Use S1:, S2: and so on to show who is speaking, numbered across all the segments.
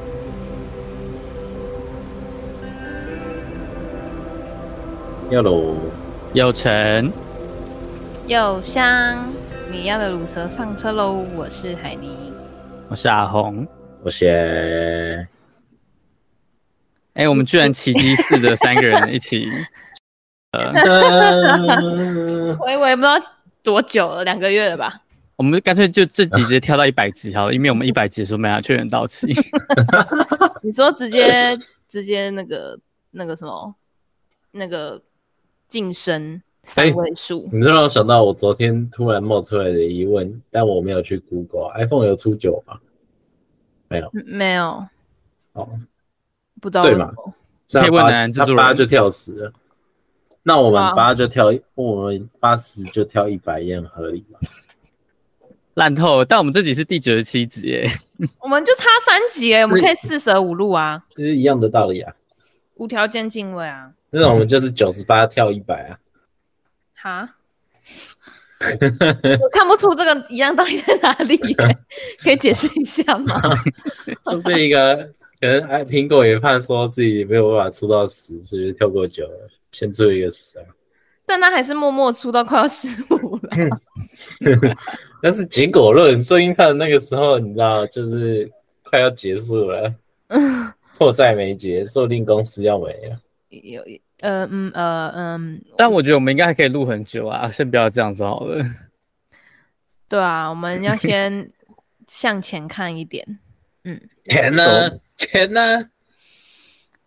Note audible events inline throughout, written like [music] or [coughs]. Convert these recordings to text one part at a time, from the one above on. S1: [laughs] Hello，
S2: 有成，
S3: 又香，你要的乳蛇上车喽！我是海尼，
S2: 我是阿红。
S1: 我先
S2: 哎、我们居然奇迹似的三个人一起， [laughs]
S1: 嗯
S3: 我以为不知道多久了，两个月了吧？
S2: 我们干脆就这集直接跳到一百集好了，因为我们一百集的时候没办法确认到期。
S3: 你说直 [laughs] 接直接那个那个什么那个晋升三位数，
S1: 你这让我想到我昨天突然冒出来的疑问，但我没有去 Google，iPhone 有出九吗？
S3: 嗯没有
S1: 哦，
S3: 不知道
S1: 对
S3: 为什
S1: 嘛
S3: 么
S1: 这样
S2: 可以问
S1: 八
S2: 男制
S1: 那
S2: 作
S1: 八
S2: 人
S1: 就跳十了，那我
S3: 哇
S1: 们八就跳，我们八十就跳一百，也很合理嘛？
S2: [laughs] 烂透了，但我们这集是第九十七集耶，
S3: 我们就差三级哎、我们可以四舍五入啊，
S1: 就是一样的道理啊。
S3: 无条件敬畏啊，
S1: 那我们就是九十八跳一百
S2: [laughs]
S1: 啊。
S3: [laughs] 哈。我看不出这个一样到底在哪里耶、可以解释一下吗？
S1: 就是一个可能哎，苹果也怕说自己没有办法出到十，所以就跳过九了，先出一个十啊。
S3: 但他还是默默出到快要十五了。
S1: 但是结果论，最近看的那个时候，你知道，就是快要结束了，迫在眉睫，说不定公司要没了。
S3: 有呃嗯呃嗯，
S2: 但我觉得我们应该还可以录很久啊，先不要这样子好了。
S3: 对啊，我们要先向前看一点，
S1: 钱呢？钱呢？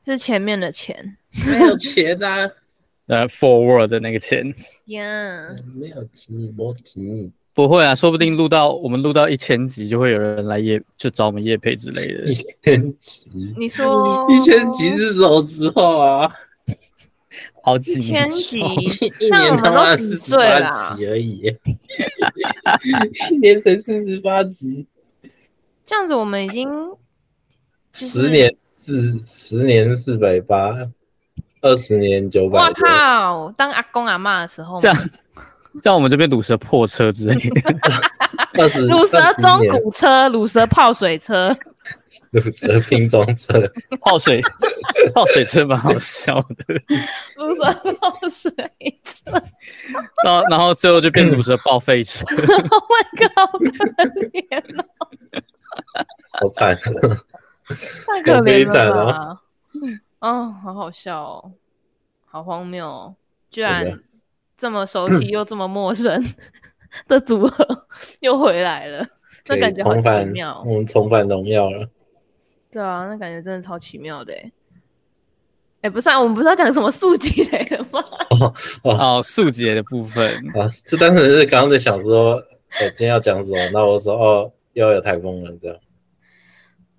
S3: 是前面的钱。
S1: 没有钱呐、啊，
S2: 呃，forward 的那个钱
S3: 呀，
S1: 没有急，没急。
S2: 不会啊，说不定录到我们录到一千集，就会有人来夜就找我们夜配之类
S1: 一
S2: 的。
S1: 千集，
S3: 你说
S1: 一千集是什么时候啊？
S2: 好
S3: 一
S2: 几
S3: 千
S2: 年
S3: 集
S2: 后
S1: [laughs] 一
S3: 像我
S1: 年
S3: 们
S1: 他妈
S3: 都
S1: 四
S3: 几
S1: 十
S3: 岁啦
S1: 八集而已， [laughs] 一年才四十八集，
S3: 这样子，我们已
S1: [laughs]
S3: 经就是
S1: 十年四十年四百八，二十年九百
S3: 哇
S1: 多。
S3: 靠，当阿公阿嬷的时候，
S2: 这样，这样我们这边堵蛇破车之类
S3: [laughs]
S2: 的。
S1: 二十
S3: 乳蛇中
S1: 20年
S3: 古车，乳蛇泡水车，
S1: 乳蛇拼装车，
S2: 泡水泡水车蛮好笑的，
S3: 乳蛇泡水车 [laughs]
S2: 然后然后最后就变毒蛇报废车，
S3: ，Oh my [laughs] god，好可怜哦，
S1: 好惨。
S3: 太可
S1: 很悲
S3: 怜
S1: 惨
S3: 了
S1: 哦
S3: 吧？哦，好好笑哦，好荒谬哦，居
S1: 的
S3: 然这么熟悉又这么陌生的组合又回来了，那
S1: 可以
S3: 感觉好
S1: 重
S3: 奇
S1: 返
S3: 妙。
S1: 我们重返荣耀了。
S3: 对啊，那感觉真的超奇妙的欸。哎、不是啊，我们不是要讲什么速记类的吗？
S2: 哦，速解的
S1: [laughs]
S2: 部分，
S1: 啊，这当时是刚刚在想说，我、今天要讲什么？那我说哦，又要有台风了，这样。
S3: [laughs]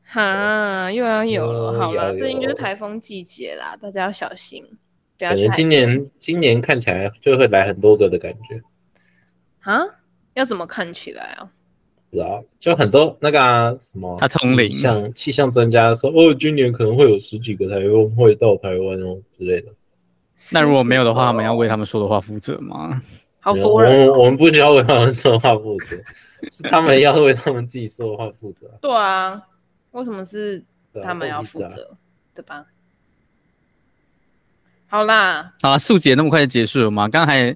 S3: 哈，又要有了，
S1: 又
S3: 好
S1: 要
S3: 了，
S1: 啊有
S3: 最近就是台风季节啦，大家要小心，不要
S1: 感
S3: 去
S1: 觉
S3: 海
S1: 今年今年看起来就会来很多个的感觉，
S3: 啊，要怎么看起来啊？
S1: 不知道就很多那个、啊、什么
S2: 它通灵
S1: 气象气象专家说，哦，今年可能会有十几个台风会到台湾哦之类的。
S2: 那如果没有的话，我们
S1: 哦
S2: 要为他们说的话负责吗？
S3: 好
S1: 没有
S3: 多人，
S1: 我们我们不需要为他们说话负责，是他们要为他们自己说话负责。
S3: 对啊，为什么是
S1: 对啊
S3: 他们要
S1: 关我屁
S3: 负
S1: 事啊
S3: 责，对吧？好啦，
S2: 好啊，速解那么快就结束了吗？刚才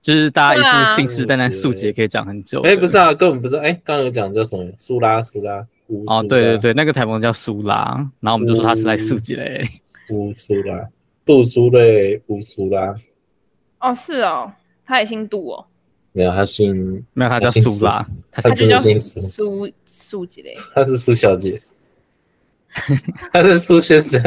S2: 就是大家
S3: 对
S2: 一副
S3: 啊
S2: 信誓旦旦，速解可以讲很久。
S1: 哎、不是，啊，根本不是。哎、刚刚有讲叫什么？苏拉苏拉。乌
S2: 哦，
S1: 苏
S2: 对
S1: 拉
S2: 对，对，那个台风叫苏拉，然后我们就说他是来速解嘞。
S1: 嗯乌苏拉，杜苏芮乌苏拉，
S3: 哦是哦，他也姓杜哦，
S1: 没有，他姓
S2: [laughs] 没有，他叫苏拉，他
S1: 他
S2: 是
S3: 就叫
S1: 不是姓苏，
S3: 苏苏
S1: [laughs]
S3: 几嘞？
S1: 他是苏小姐， [laughs] 他是苏先生，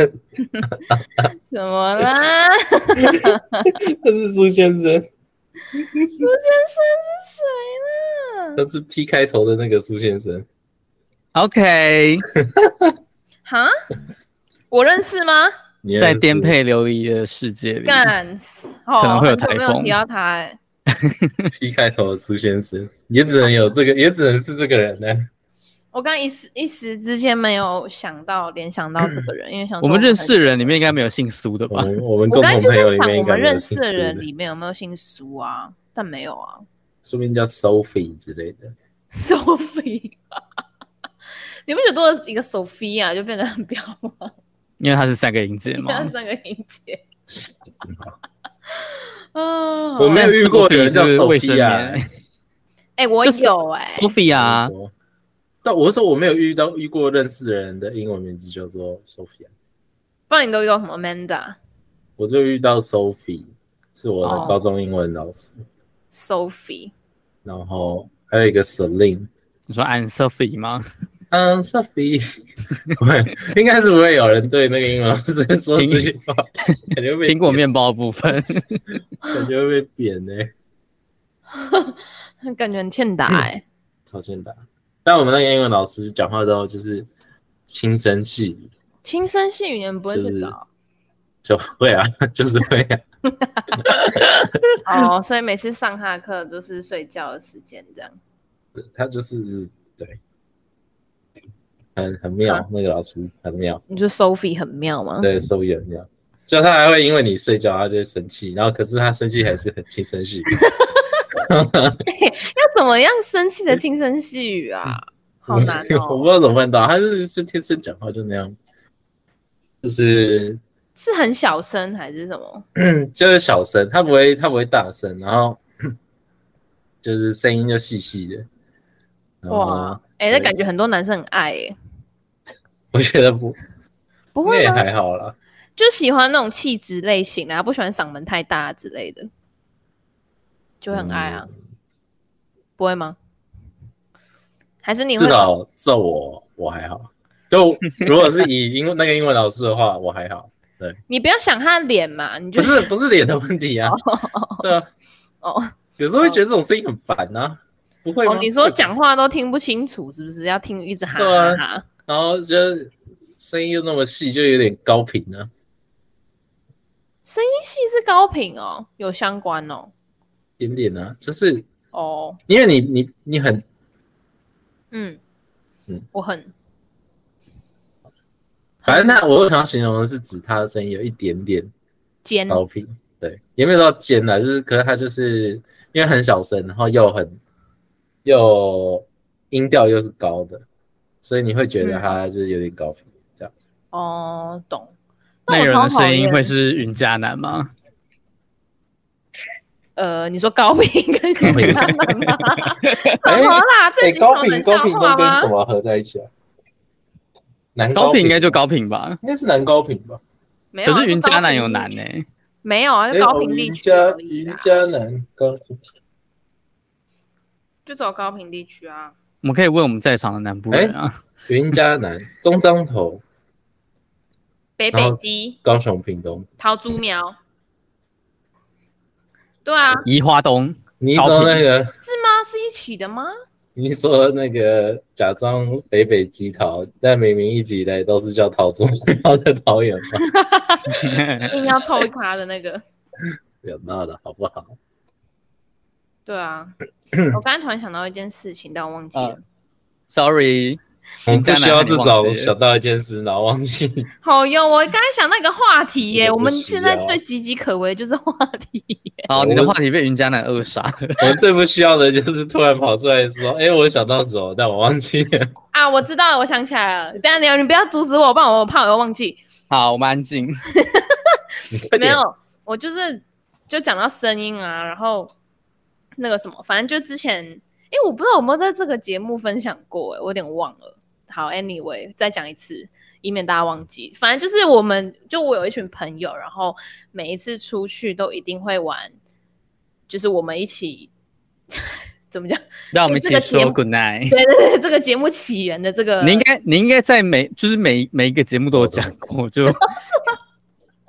S3: 怎么啦？
S1: 他是苏先生，
S3: 苏先生是谁呢？
S1: 他是 P 开头的那个苏先生，
S2: OK，
S3: 哈，我认识吗？
S1: 你认
S2: 在
S1: 识
S2: 颠沛流离的世界里，
S3: 干，哦，
S2: 可能会有
S3: 很久
S2: 台
S3: 没
S2: 风
S3: 有提到他哎，
S1: P 开头的苏先生，也只能有这个，也只能是这个人呢。
S3: 我刚一时一时之间没有想到联想到这个人，因为想说
S2: 我们认识
S3: 很。
S2: 的人里面应该没有姓苏的
S1: 我
S2: 吧？
S1: 们我们
S3: 我
S1: 共
S3: 刚
S1: 同
S3: 刚就
S1: 朋友
S3: 在
S1: 里
S3: 想，
S1: 面
S3: 我
S1: 应该
S3: 们
S1: 没有
S3: 认
S1: 姓
S3: 识
S1: 苏
S3: 的人里面有没有姓苏啊？但没有啊
S1: 说不定叫 Sophie 之类的。
S3: [laughs] ，Sophie。你不觉得多了一个 Sophie 啊，就变得很彪吗？
S2: 因为他是三个音节嘛
S3: 加。上个音节，嗯，
S1: 我没有
S2: 但
S1: 遇过有人叫啊
S2: Sophie 是卫
S1: Sophia
S2: 生棉啊
S3: 哎、我
S2: 就是
S3: 有哎、
S2: ，Sophia，
S1: 我。但我是说我没有遇到遇过认识的人的英文名字叫做 Sophia，
S3: 不然你都遇到什么 Manda、
S1: 我就遇到 Sophie，是我的
S3: 哦
S1: 高中英文老师，
S3: Sophie，
S1: 然后还有一个 Celine，
S2: 你说 I'm
S1: [laughs]
S2: Sophie 吗？
S1: 嗯，Sophie，不 [laughs] 会，应该是不会有人对那个英文老师说这句话，感觉被
S2: 苹果面包的部分，
S1: 感觉会被欸贬呢、
S3: [laughs] 感觉很欠
S1: 嗯
S3: 打哎、
S1: 超欠打。但我们那个英文老师讲话之后就是轻声细语，
S3: 轻声细语，你们不会去找
S1: 就会啊，就是会啊。
S3: 哦，所以每次上他的课就是睡觉的时间这样。
S1: 他就是对，很很妙，
S3: 啊
S1: 那个老师很妙，
S3: 你说 Sophie 很妙吗？
S1: 对，收益很妙。就他还会因为你睡觉，他就会生气，然后可是他生气还是很轻声细语。
S3: 要怎么样生气的轻声细语啊？好难
S1: 嗯 [laughs] 我不
S3: 哦，
S1: 知道怎么办到，他就是是天生讲话就那样，就是
S3: 是很小声还是什么？
S1: 就是小声，他不会他不会大声，然后就是声音就细细的。然后
S3: 哇，哎、
S1: 对
S3: 那感觉很多男生很爱哎、
S1: 我觉得不
S3: 不
S1: 那
S3: 会
S1: 也
S3: 吗？
S1: 还好啦。
S3: 就喜欢那种气质类型啊，不喜欢嗓门太大之类的，就很爱啊，
S1: 嗯
S3: 不会吗？还是你会
S1: 至少至少我我还好。就如果是以英文 [laughs] 那个英文老师的话，我还好。
S3: 你不要想他的脸嘛，你
S1: 不
S3: 就是
S1: 不是脸的问题啊， [laughs] 对啊，
S3: 哦
S1: 有时候会觉得这种声音很烦啊，不会吗
S3: 哦，你说讲，话都听不清楚，是不是要听一直哈
S1: 对啊
S3: 哈哈？
S1: 然后就是声音又那么细，就有点高频啊。
S3: 声音系是高频哦，有相关哦，
S1: 一点点啊，就是
S3: 哦，
S1: 因为你你你很
S3: 嗯
S1: 嗯
S3: 我很
S1: 反正他，我想形容的是指他的声音有一点点
S3: 尖，
S1: 高频，对，也没有到尖啦，就是可是他就是因为很小声，然后又很又音调又是高的，所以你会觉得他就是有点高频、这样。
S3: 哦，懂。
S2: 那
S3: 我
S2: 个人
S3: 超
S2: 的
S3: 讨
S2: 声音
S3: 厌
S2: 会是云嘉南吗？
S3: 呃，你说高频跟
S1: 高频
S3: 云嘉
S1: [laughs]
S3: 南吗？怎么啦？这
S1: 哎
S3: 几
S1: 高
S3: 种
S1: 频
S3: 能
S1: 高
S3: 消
S1: 频
S3: 化
S1: 都跟
S3: 吗
S1: 什？么合在一起啊？男
S2: 高
S1: 频
S2: 频应该就，高频吧，
S1: 应该是男高频吧？
S3: 没有啊，
S2: 可是云嘉南
S3: 就
S2: 有
S3: 高频
S2: 南
S3: 地
S2: 呢
S3: 区，没有啊，就
S1: 哎
S3: 高
S1: 哦
S3: 频地
S1: 瑜
S3: 区
S1: 伽
S3: 而已
S1: 瑜
S3: 啦，
S1: 伽男高频，
S3: 就走高频地区啊。
S2: 我们可以问我们在场的南部人啊，
S1: 云嘉男中彰头
S3: 北
S1: 然后
S3: 北基、
S1: 高雄屏东，
S3: 桃竹苗，对啊，
S2: 宜花东 [laughs]
S1: 你
S2: 高
S1: 说
S2: 频
S1: 那个。
S3: 是吗？是一起的吗？
S1: [laughs] 你说那个假装北北基桃，但明明一直以来都是叫桃中苗的桃园吗？
S3: 硬要凑一咖的那个，
S1: 不要闹了好不好？[clears throat]
S3: 对啊。我刚才突然想到一件事情，但我忘记
S1: 啊
S3: 了，
S2: ，sorry，
S1: 我们不需要这
S2: 你忘记
S1: 种
S2: 了
S1: 想到一件事然后忘记。
S3: 好哟！我刚才想到一个话题耶，
S1: 这个
S3: 我
S1: 不哦
S3: 们
S1: 需
S3: 现在
S1: 要
S3: 最岌岌可危就是话题。
S2: 好，你的话题被云嘉南扼杀了。 [laughs]
S1: 我们最不 [laughs] 需要的就是突然跑出来说：“哎、我想到什么，但我忘记了。
S3: 啊，我知道了，我想起来了。等一下，你你不要阻止我，不然我怕我又忘记。
S2: 好，我们安静。
S1: 你快
S3: [laughs] 没
S1: 点”
S3: 有，我就是就讲到声音啊，然后那个什么，反正就之前，哎、我不知道有没有在这个节目分享过、诶我有点忘了。好，anyway，再讲一次，以免大家忘记。反正就是我们，就我有一群朋友，然后每一次出去都一定会玩，就是我们一起 [laughs] 怎么讲？ [laughs]
S2: 让我们一起
S3: 就这个节目
S2: 说 good night。
S3: 对对对，这个节目起源的这个，
S2: 你应该，你应该在每就是每每一个节目都有讲过，
S3: [laughs]
S2: 就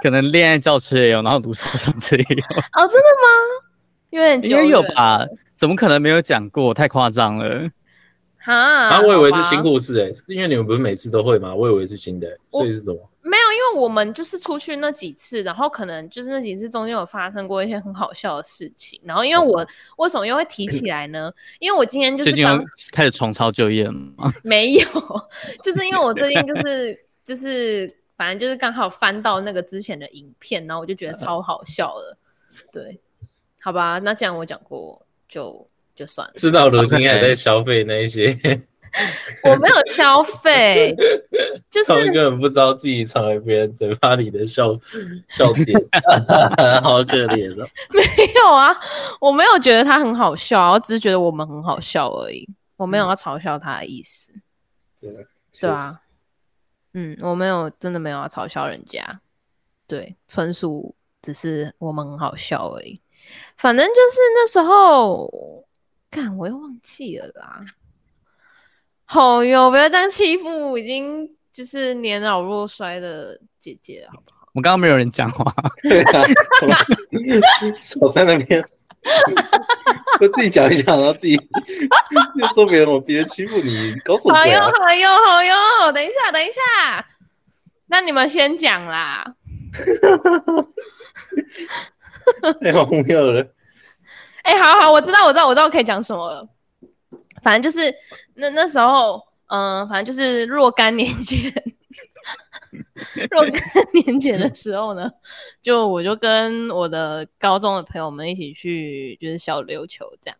S2: 可能恋爱教师也有，然后卢超上这里有，
S3: 哦，真的吗？有点久
S2: 应该有
S3: 远
S2: 吧？怎么可能没有讲过？太夸张了。
S3: 哈，
S1: [laughs] 啊！我以为是新
S3: 苦，
S1: 故事诶、因为你们不是每次都会吗？我以为是新的、
S3: 我
S1: 所以是什么？
S3: 没有，因为我们就是出去那几次，然后可能就是那几次中间有发生过一些很好笑的事情，然后因为
S1: 哦
S3: 我为什么又会提起
S1: [clears throat]
S3: 来呢？因为我今天就
S2: 最
S3: 是
S2: 近
S3: 刚
S2: 又开始重操旧业了吗？
S3: [laughs]
S2: [laughs]
S3: 没有， [laughs] 就是因为我最近就是 [laughs] 就是反正就是刚好翻到那个之前的影片，然后我就觉得超好笑的，对，好吧，那既然我讲过就就算了。
S1: 知道如今还在消费那一些
S3: 我没有消费，就
S1: [laughs] 他们根
S3: 是
S1: 本不知道自己成为别人嘴巴里的笑笑
S3: [laughs]
S1: 点， [laughs] 好可怜哦。
S3: 没有啊，我没有觉得他很好笑啊，我只是觉得我们很好笑而已，我没有要嘲笑他的意思。对啊，嗯，我没有真的没有要嘲笑人家，对，纯属只是我们很好笑而已。反正就是那时候，干我又忘记了啦。好哟，不要这样欺负已经就是年老弱衰的姐姐了啊好不好？
S2: 我们刚刚没有人讲话，
S1: 确实，对啊，手在那边， [laughs] 我自己讲一讲，然后自己 [laughs] 就说别人我别人欺负你，搞什么
S3: 好
S1: 鬼
S3: 哟，
S1: 啊？
S3: 好哟，好哟！等一下，等一下，那你们先讲啦。
S1: 太荒谬了。
S3: 哎、好好，我知道，我知道，我知道可以讲什么了。反正就是那那时候，嗯、反正就是若干年前，若干年前的时候呢，就我就跟我的高中的朋友们一起去，就是小琉球这样。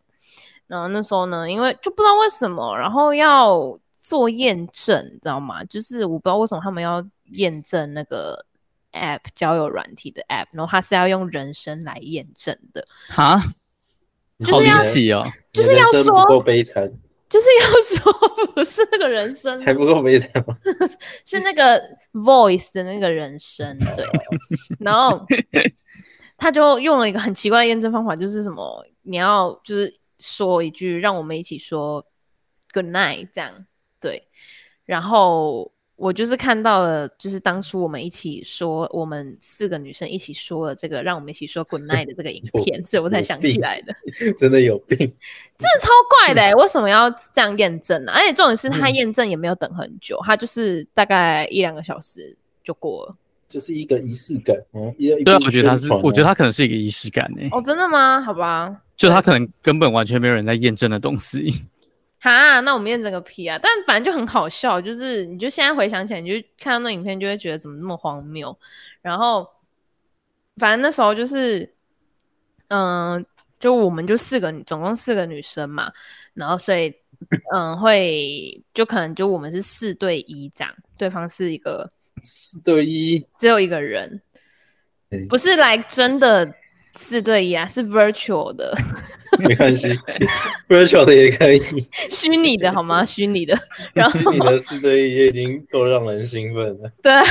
S3: 然后那时候呢，因为就不知道为什么，然后要做验证，你知道吗？就是我不知道为什么他们要验证那个 app 交友软体的 app，然后它是要用人声来验证的。
S2: 哈，
S1: 你
S3: 就是
S2: 好
S1: 的
S2: 离
S3: 要
S2: 奇哦。
S3: 就是
S1: 你的
S3: 要
S1: 人生
S3: 说
S1: 不够悲惨，
S3: 就是要说不是那个人声，
S1: 还不够悲惨吗？
S3: 是那个 voice 的那个人声，对。然
S1: 哦
S3: 后他就用了一个很奇怪的验证方法，就是什么你要就是说一句，让我们一起说 good night 这样，对。然后我就是看到了，就是当初我们一起说，我们四个女生一起说了这个，让我们一起说 good night 的这个影
S1: 有
S3: 片，所以我才
S1: 哦有
S3: 想
S1: 病
S3: 起来的。
S1: 真的有病，
S3: 真的超怪的、欸，为什么要这样验证呢、啊而且重点是他验证也没有等很久，他就是大概一两个小时就过了。
S1: 就是一个仪式感。嗯，一个
S2: 对啊
S1: 一，个
S2: 我觉得他是
S1: 宣，传啊
S2: 我觉得他可能是一个仪式感诶、
S3: 哦，真的吗？好吧，
S2: 就他可能根本完全没有人在验证的东西。
S3: 哈，那我们验证个屁啊！但反正就很好笑，就是你就现在回想起来，你就看到那影片，就会觉得怎么那么荒谬。然后，反正那时候就是，嗯、就我们就四个女，总共四个女生嘛，然后所以，嗯、会就可能就我们是四对一这样，对方是一个。
S1: 四对一，
S3: 只有一个人
S1: 嗯，
S3: 不是来真的四对一啊，是 virtual 的， [laughs]
S1: 没关
S2: [laughs]
S1: 系，virtual 的也可以。
S3: 虚拟的好吗？虚拟的。然后
S1: 你的四对一也已经够让人兴奋了。
S3: 对啊，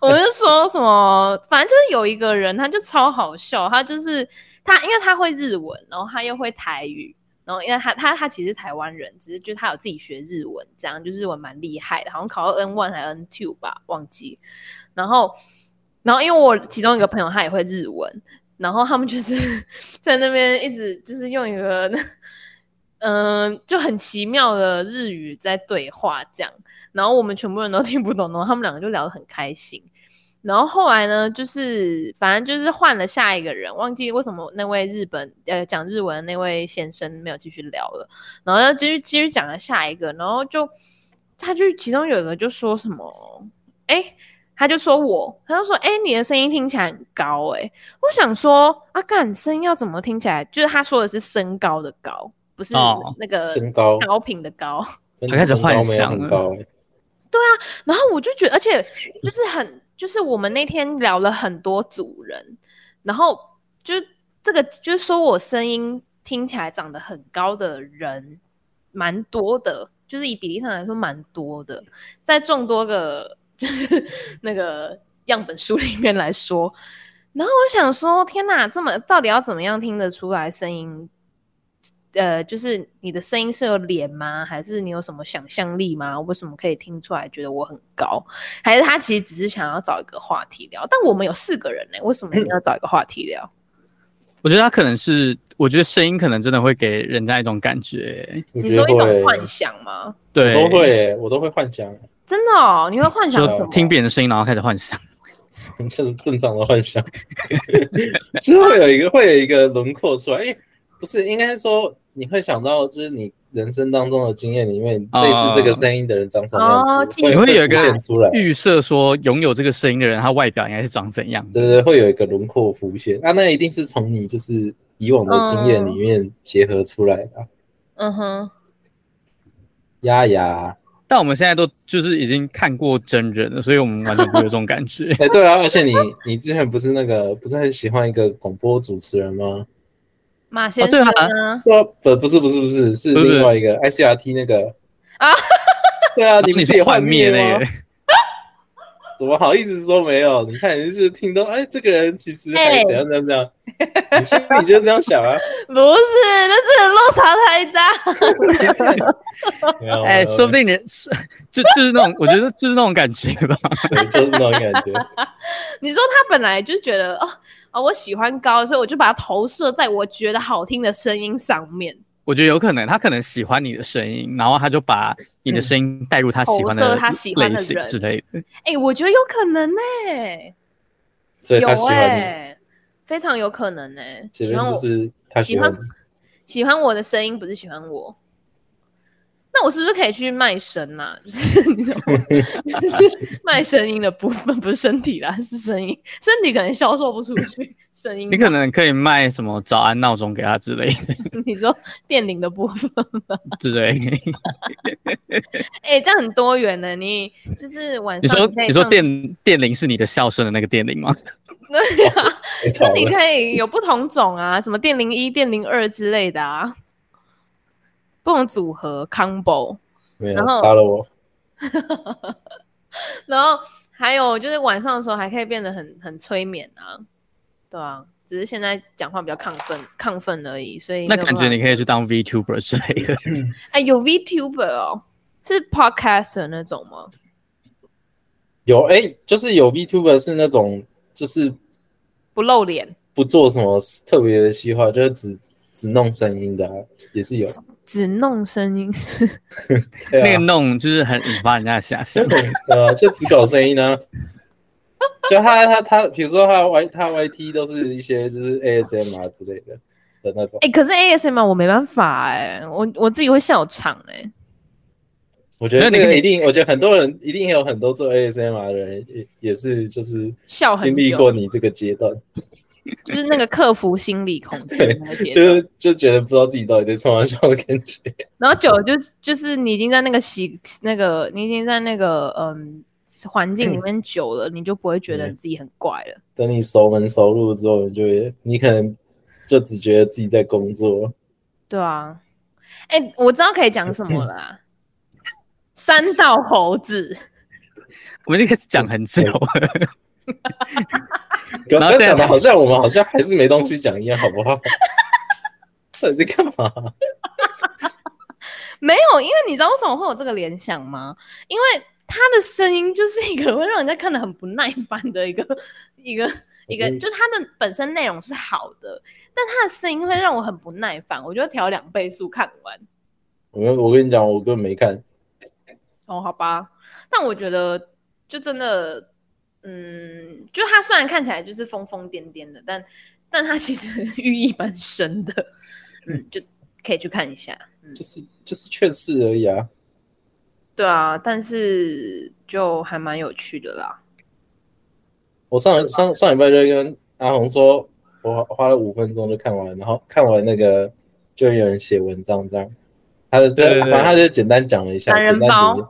S3: 我就说什么，反正就是有一个人，他就超好笑，他就是他，因为他会日文，然后他又会台语。然后，因为他他他其实是台湾人，只是就他有自己学日文，这样就日文蛮厉害的，好像考到 N one 还 N two 吧，忘记。然后，然后因为我其中一个朋友他也会日文，然后他们就是 [laughs] 在那边一直就是用一个 [laughs] 嗯、就很奇妙的日语在对话这样。然后我们全部人都 [laughs] 听不懂，然后他们两个就聊得很开心。然后后来呢，就是反正就是换了下一个人，忘记为什么那位日本呃讲日文的那位先生没有继续聊了，然后要继续继续讲了下一个，然后就他就其中有一个就说什么，哎，他就说我，他就说哎你的声音听起来很高哎、诶我想说啊干声音要怎么听起来，就是他说的是身高的高，不是
S2: 哦
S3: 那个
S1: 身高
S3: 高频的高。
S1: 跟
S2: 他开始
S1: 身高
S2: 幻
S1: 没有
S2: 想
S1: 很
S2: 了
S1: 高欸
S3: 然后我就觉得，而且就是很，就是我们那天聊了很多组人，然后就这个就是说我声音听起来长得很高的人蛮多的，就是以比例上来说蛮多的，在众多个 [laughs] 就是那个样本数里面来说，然后我想说，天哪，这么到底要怎么样听得出来声音？呃，就是你的声音是有脸吗？还是你有什么想象力吗？为什么可以听出来觉得我很高？还是他其实只是想要找一个话题聊？但我们有四个人呢、为什么一定要找一个话题聊？
S2: 我觉得他可能是，我觉得声音可能真的会给人家一种感觉欸、
S1: 哎我
S3: 你
S1: 觉
S3: 说
S1: 得
S3: 一种
S1: 会
S3: 幻想吗？
S2: 对，
S1: 我都会欸，我都会幻想，
S3: 真的哦，你会幻想什
S2: 就
S3: 么？
S2: 听别人的声音，然后开始幻想。
S1: [laughs] 就是正常的幻想，就是会有一个会有一个轮廓出来。哎，不是，应该说你会想到，就是你人生当中的经验里面，
S2: 哦
S1: 类似这个声音的人长什么
S3: 哦
S1: 样子，
S3: 记忆
S2: 你会有一个
S1: 浮现出来，
S2: 预设说拥有这个声音的人，他外表应该是长怎样的？
S1: 对对，对会有一个轮廓浮现。啊那那一定是从你就是以往的经验里面结合出来的啊。
S3: 嗯哼，
S1: 丫丫，
S2: 但我们现在都就是已经看过真人了，所以我们完全不会有这种感
S1: [laughs]。
S2: 觉
S1: 哎、对啊，而且你你之前不是那个不是很喜欢一个广播主持人吗？
S3: 马先
S2: 哦对
S3: 生
S2: 啊
S3: 呢？
S1: 对啊，不不是不是不是是
S2: 不是
S1: 另外一个 ICRT 那个
S3: 啊，
S1: [laughs] 对啊，你不
S2: 然后哦你
S1: 是也
S2: 是欸
S1: 幻
S2: 幻灭那
S1: 吗
S2: 个？，
S1: 怎么好意思说没有？你看你就是听到哎，这个人其实还
S3: 哎
S1: 怎样怎样怎样，你心里就这样想啊？
S3: 不是，那这个落差太大。
S1: 没有
S2: 哎、说不定人是就就是那种，我觉得就是那种感觉吧。
S1: 对就是那种感觉。
S3: 你说他本来就觉得哦哦，我喜欢高，所以我就把它投射在我觉得好听的声音上面，
S2: 我觉得有可能，他可能喜欢你的声音，然后他就把你的声音带入他喜欢
S3: 嗯投
S2: 的
S3: 射他喜欢的
S2: 类型
S3: 人
S2: 之类的。
S3: 哎、我觉得有可能呢、
S1: 所以
S3: 有
S1: 他喜欢
S3: 哎、非常有可能呢、
S1: 你，前
S3: 喜欢
S1: 面就
S3: 我
S1: 是他喜欢你
S3: 喜。喜欢我的声音，不是喜欢我。那我是不是可以去卖身啦、啊？ [laughs] 就是你知道吗？就是卖声音的部分，不是身体啦，是声音。身体可能销售不出
S1: [laughs]
S3: 去，声音吧。
S2: 你可能可以卖什么早安闹钟给他之类 [laughs] 的，
S3: 你说电铃的部分，
S2: 对不
S3: [laughs]
S2: 对？
S3: 哎、这样很多元的。你就是晚
S2: 你
S3: 上
S2: 说
S3: 可以
S2: 你说
S3: 上，
S2: 电电铃是你的笑声的那个电铃吗？
S3: [laughs] 对啊，
S1: 没
S3: 就
S1: 错
S3: 是你可以有不同种啊，什么电铃一、电铃二之类的啊， [laughs] 不同组合 combo。
S1: 没有
S3: 然后
S1: 杀了我，
S3: 然后还有就是晚上的时候还可以变得很很催眠啊，对啊，只是现在讲话比较亢奋亢奋而已，所以
S2: 那
S3: 没有
S2: 感
S3: 办
S2: 觉
S3: 法
S2: 你可以去当 VTuber 之类的。
S3: 哎有 VTuber 哦，是 Podcaster 那种吗？
S1: 有哎、就是有 VTuber 是那种就是
S3: 不露脸，
S1: 不做什么特别的细化，就是只只弄声音的、啊，也是有。
S3: 只弄声音， [laughs]
S1: 对
S2: 那
S1: 啊
S2: 个，弄就是很引发人家的
S1: [laughs]
S2: 遐想。
S1: 呃，就只搞声音呢、就他他他，比如说他 Y 他 YT 都是一些就是 ASM 啊之类的的那种。
S3: 哎、可是 ASMR 我没办法哎、我我自己会笑场哎、
S1: 我觉得
S2: 那你
S1: 这个
S2: 可以
S1: 一定，我觉得很多人一定有很多做 ASM r 的人也也是就是
S3: 笑
S1: 经
S3: 很久
S1: 历过你这个阶段，
S3: 就是那个克服心理恐惧
S1: 对
S3: 的那个阶
S1: 就
S3: 段，
S1: 是就觉得不知道自己到底在冲啥笑的感觉。
S3: 然后久了就就是你已经在那个习那个你已经在那个嗯环境里面久了，你就不会觉得
S1: 嗯
S3: 你自己很怪了。
S1: 等你熟门熟路之后，你就会你可能就只觉得自己在工作，
S3: 对啊，哎、我知道可以讲什么了啦。三道猴子，
S2: 我们已经开始讲很久了，
S1: 刚
S2: 然
S1: 刚
S2: 后现在
S1: 讲的好像我们好像还是没东西讲一样，好不好？ [laughs] 到底在干嘛？
S3: 没有，因为你知道为什么会有这个联想吗？因为他的声音就是一个会让人家看得很不耐烦的一个一个一个，
S1: 真
S3: 就他的本身内容是好的，但他的声音会让我很不耐烦，我就调两倍速看完。
S1: 我跟我跟你讲，我根本没看，
S3: 哦，好吧，但我觉得就真的，嗯，就他虽然看起来就是疯疯癫癫的，但但他其实 [laughs] 寓意蛮深的，嗯，就可以去看一下。
S1: 就是就是劝世而已啊。
S3: 对啊，但是就还蛮有趣的啦。
S1: 我上上上礼拜就跟阿红说，我花了五分钟就看完，然后看完那个就有人写文章这样，他就
S2: 对对对
S1: 反正他就简单讲了一下，
S3: 懒人
S1: 简单
S3: 包
S1: 解释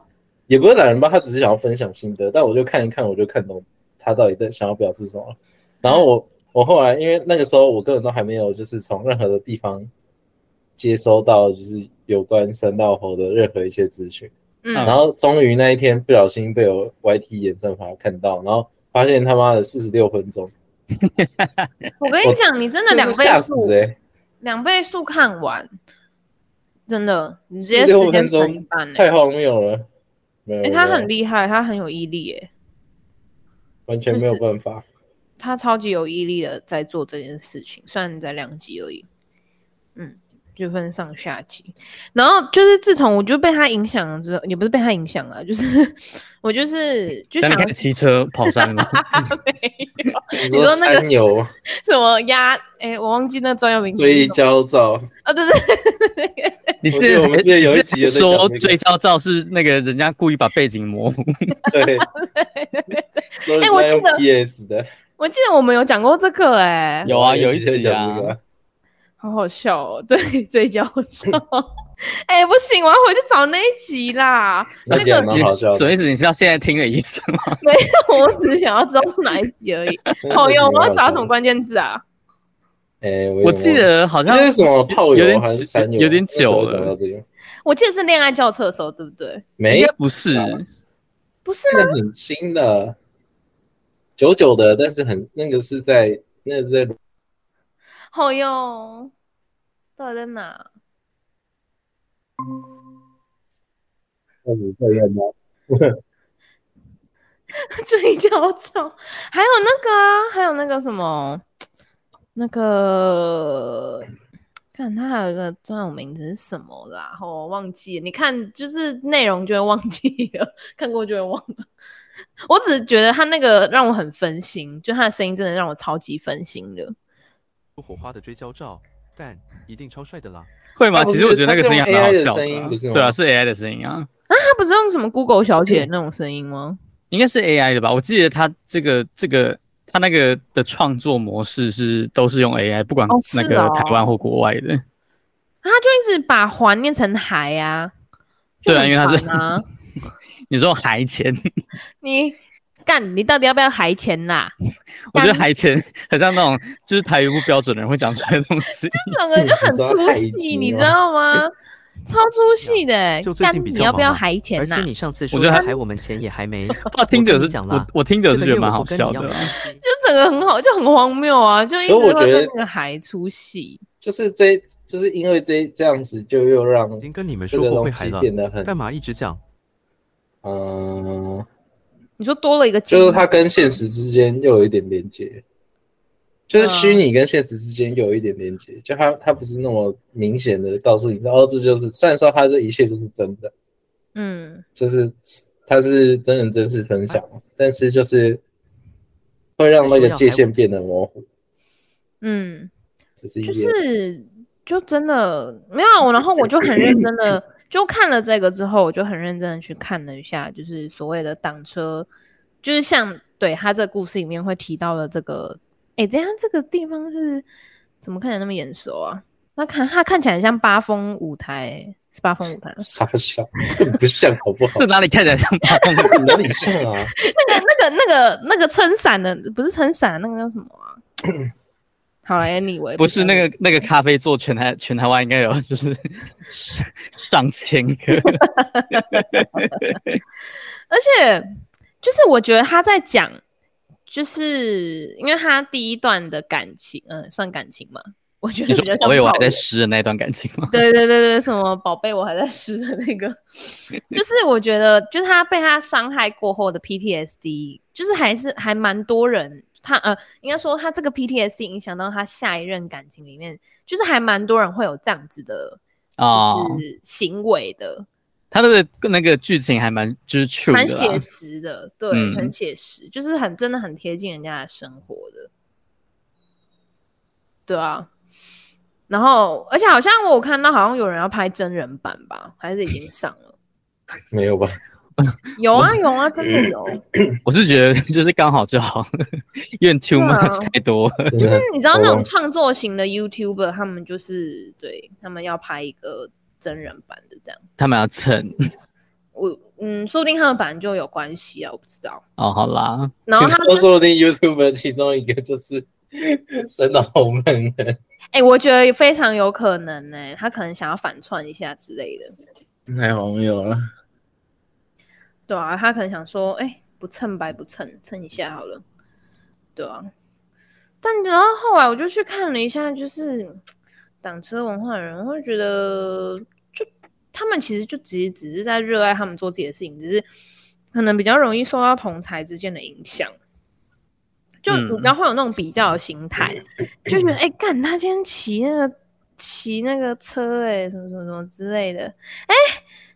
S1: 也不是懒人包，他只是想要分享心得，但我就看一看，我就看懂他到底在想要表示什么。然后我我后来因为那个时候我根本都还没有就是从任何的地方接收到就是有关三道猴的任何一些资讯。
S3: 嗯，
S1: 然后终于那一天不小心被我 YT 演算法看到，然后发现他妈的四十六分钟，
S3: 我跟
S1: 我
S3: 你讲，你真的
S1: 真
S3: 两
S1: 是吓
S3: 倍
S1: 死
S3: 速，
S1: 哎、
S3: 两倍速看完，真的，你直接
S1: 16
S3: 时间
S1: 分
S3: 乘一
S1: 钟
S3: 半呢、
S1: 太荒谬了，没有，
S3: 哎、嗯他很
S1: 没有
S3: 厉害，他很有毅力、欸，
S1: 完全没有办法，
S3: 他超级有毅力的在做这件事情，虽然才两集而已，嗯，就分上下集。然后就是自从我就被他影响了之后，也不是被他影响啊了，就是我就是
S2: [laughs]
S3: 就
S2: 但
S3: 想
S2: 你开始骑车跑山
S3: [laughs]
S2: 了。
S3: 没有
S1: 你
S3: 说那个
S1: 山友
S3: 什么鸭，哎、我忘记那专有名词
S1: 追
S3: 是什么
S1: 焦照，
S3: 啊，对对对对，
S2: 你
S1: 我
S2: 之
S1: 记得
S2: 前
S1: 我们之前有一
S2: 你
S1: 集有在讲
S2: 说
S1: 那个
S2: 追焦照是那个人家故意把背景模糊，
S3: [laughs]
S1: 对，所以
S3: 哎我记
S1: 用
S3: 得
S1: PS 的，
S3: 我记得我们有讲过这个哎、
S2: 有啊
S1: 我们
S2: 有一
S1: 直接
S2: 集
S1: 讲这
S2: 啊
S1: 个
S3: 好好笑哦， [laughs] 对，嘴角笑。哎、不行，我要回去找那一集啦。 [laughs]
S1: 那集还蛮好笑
S2: [laughs] 什么
S1: 的
S2: 意。思？你是要现在听的意思吗？
S3: 没有，我只是想要知道是哪一集而已。哦哟， [laughs] 我要找什么关键字啊？
S1: 哎，
S2: 我记得好像
S1: 这是什么炮
S2: 有
S1: 友
S2: 点
S1: 还是啊
S2: 久
S1: 山友？
S2: 有点久
S1: 为什么讲
S2: 了
S1: 到这个
S3: 我记得是恋爱教册的时候，对不对？
S1: 没
S2: 应
S1: 有啊
S2: 该，不是，
S3: 不是吗？
S1: 那个很新的，久久的，但是很那个是在那个是在
S3: 好哟，到底在哪？ [laughs]
S1: 二五测验吗？
S3: 嘴角角，还有那个啊，还有那个什么，那个，看它还有一个专有名词是什么啦？哦，忘记了。你看，就是内容就会忘记了， [laughs] 看过就会忘了。我只是觉得他那个让我很分心，就他的声音真的让我超级分心的。
S4: 火花的追焦照，但一定超帅的啦。
S2: 会吗？
S1: 它不
S2: 其
S1: 是
S2: 实我觉得那个声音还蛮好笑
S1: 它是用 AI 的声音不是
S2: 的啊，
S1: 吗
S2: 对啊，是 AI 的声音啊，
S3: 他不是用什么 Google 小姐那种声音吗？
S2: 应该是 AI 的吧？我记得他这个这个他那个的创作模式是都是用 AI，不管
S3: 哦是
S2: 那个
S3: 哦
S2: 台湾或国外的。
S3: 啊他就一直把环念成海啊。就
S2: 对啊，
S3: 很
S2: 因为他是
S3: 烦
S2: [laughs]
S3: 啊
S2: 你说海钱，
S3: 你干，你到底要不要还钱啦？
S2: 我觉得海钱很像那种就是台语不标准的人会讲出来的东
S4: [laughs]
S2: 西。
S3: 这整个
S2: [laughs]
S3: 就很出戏，你知道吗？超出戏的、欸，
S4: 哦哎就最
S3: 干
S4: 近比较
S3: 你要不要
S4: 忙嘛啊
S3: 还钱
S4: 而
S3: 呐、
S4: 且你上次说
S2: 我觉得
S4: 要
S2: 他
S4: 还我们钱也还没，
S2: [laughs] 我听
S4: 跟
S2: 着
S4: 你
S2: 是，
S4: 讲啦
S2: 我我听着
S4: 这
S2: 是
S4: 个
S2: 觉
S4: 月
S2: 得蛮
S4: 我
S2: 好
S4: 跟你
S2: 笑
S4: 要
S2: 的
S4: 没
S2: 啊。
S4: 关
S1: [laughs]
S4: 系
S3: 就整个很好，就很荒谬啊！就一直
S1: 可
S3: 会
S1: 我觉得
S3: 跟那个还出戏，
S1: 就是这，就是因为这这样子，就又让
S4: 已经跟你们
S1: 这
S4: 说
S1: 个
S4: 过会
S1: 东
S4: 还
S1: 西
S4: 了，
S1: 变得很
S4: 干嘛一直讲？
S1: 嗯，
S3: 你说多了一个金
S1: 就是它跟现实之间又有一点连接，就是虚拟跟现实之间又有一点连接，就它它不是那么明显的告诉你，哦，这就是，虽然说它这一切都是真的，
S3: 嗯，
S1: 就是它是真人真事分享，但是就是会让那个界限变得模糊，
S3: 嗯，
S1: 这是一
S3: 就
S1: 点
S3: 是就真的没有啊我，然后我就很认真的就看了这个之后，我就很认真的去看了一下，就是所谓的挡车，就是像对他这个故事里面会提到的这个，哎，等一下这个地方是怎么看起来那么眼熟啊？那看他看起来很像八风舞台、是八风舞台吗
S1: 傻笑， [laughs] 更不像好不好？
S2: 这哪里看起来像八公
S4: [laughs]
S2: 的？
S1: 哪里像啊？
S3: 那个那个那个那个撑伞的，不是撑伞，那个叫什么啊？好了，anyway，
S2: 不是
S3: 讲
S2: 那个那个咖啡座，全台全台湾应该有就是 [laughs] 上千个。
S3: 而且就是我觉得他在讲，就是因为他第一段的感情，嗯、算感情嘛， [laughs] 我觉
S2: 你
S3: 得
S2: 说
S3: 比较
S2: 宝
S3: 像
S2: 贝我还
S3: 炮
S2: 在
S3: 友
S2: 湿的那段感情
S3: [laughs]
S2: 吗？
S3: 对对对对，什么宝贝我还在湿的
S2: [laughs]
S3: 那个，就是我觉得，就是他被他伤害过后的 PTSD，就是还是还蛮多人，他呃，应该说他这个 PTSD 影响到他下一任感情里面，就是还蛮多人会有这样子的
S2: 啊、
S3: 就是行为的，
S2: 他的那个剧情还蛮就是 true
S3: 蛮
S2: 的啦
S3: 写，实的，对，
S2: 嗯
S3: 很写实，就是很真的很贴近人家的生活的，对啊。然后，而且好像我有看到，好像有人要拍真人版吧，还是已经上了。
S1: 没有吧？
S3: 有啊有啊，真
S2: [laughs]
S3: 的有。
S2: 我是觉得就是刚好就好，有点 too
S3: 对啊
S2: much 太多了。
S1: 就是
S3: 但是你知道那
S2: 哦
S1: 好
S3: 种
S1: 吧
S3: 创作型的 YouTuber，他们就是对他们要拍一个真人版的这样。
S2: 他们要蹭
S3: 我嗯，说不定他们本来就有关系啊，我不知道。
S2: 哦，好啦，
S3: 然后他
S1: 说说不定 YouTube 其中一个就是 [laughs] 神的红门人，
S3: 哎、我觉得非常有可能呢、他可能想要反串一下之类的。
S1: 太荒谬了。
S3: 对啊，他可能想说，哎、不蹭白不蹭，蹭一下好了。对啊，但然后后来我就去看了一下，就是挡车文化的人，我会觉得就他们其实就只是只是在热爱他们做自己的事情，只是可能比较容易受到同才之间的影响。就
S2: 嗯
S3: 你知道会有那种比较的心态，就觉得哎，干、他今天骑那个骑那个车、哎，什么什么什么之类的，哎、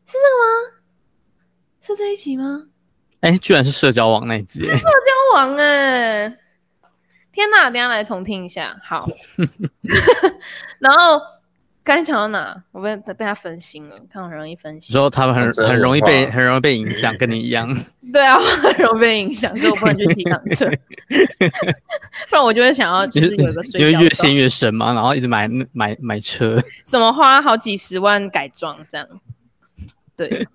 S3: 是这个吗？是这一集吗？
S2: 哎、居然是社交网那
S3: [laughs]
S2: 一集、欸，
S3: 歌王哎、天哪！等一下来重听一
S2: [laughs]
S3: 下，好。然后刚才讲到哪？我被被他分心了，看我容易分
S2: 你
S3: 心。
S2: 说他们很
S1: 社交
S2: 很容易
S3: 啊
S1: 网吧
S3: [laughs]
S2: 被很容易被影响，跟你一样。
S3: 对啊，很容易被影响，所以我不能去骑单
S2: [laughs]
S3: 车，不然我就会想要就是有一个
S2: 你会
S3: 追
S2: 越
S3: 焦
S2: 陷越深嘛，然后一直买买买车，
S3: [laughs] 什么花好几十万改装这样，
S1: [laughs]
S3: 对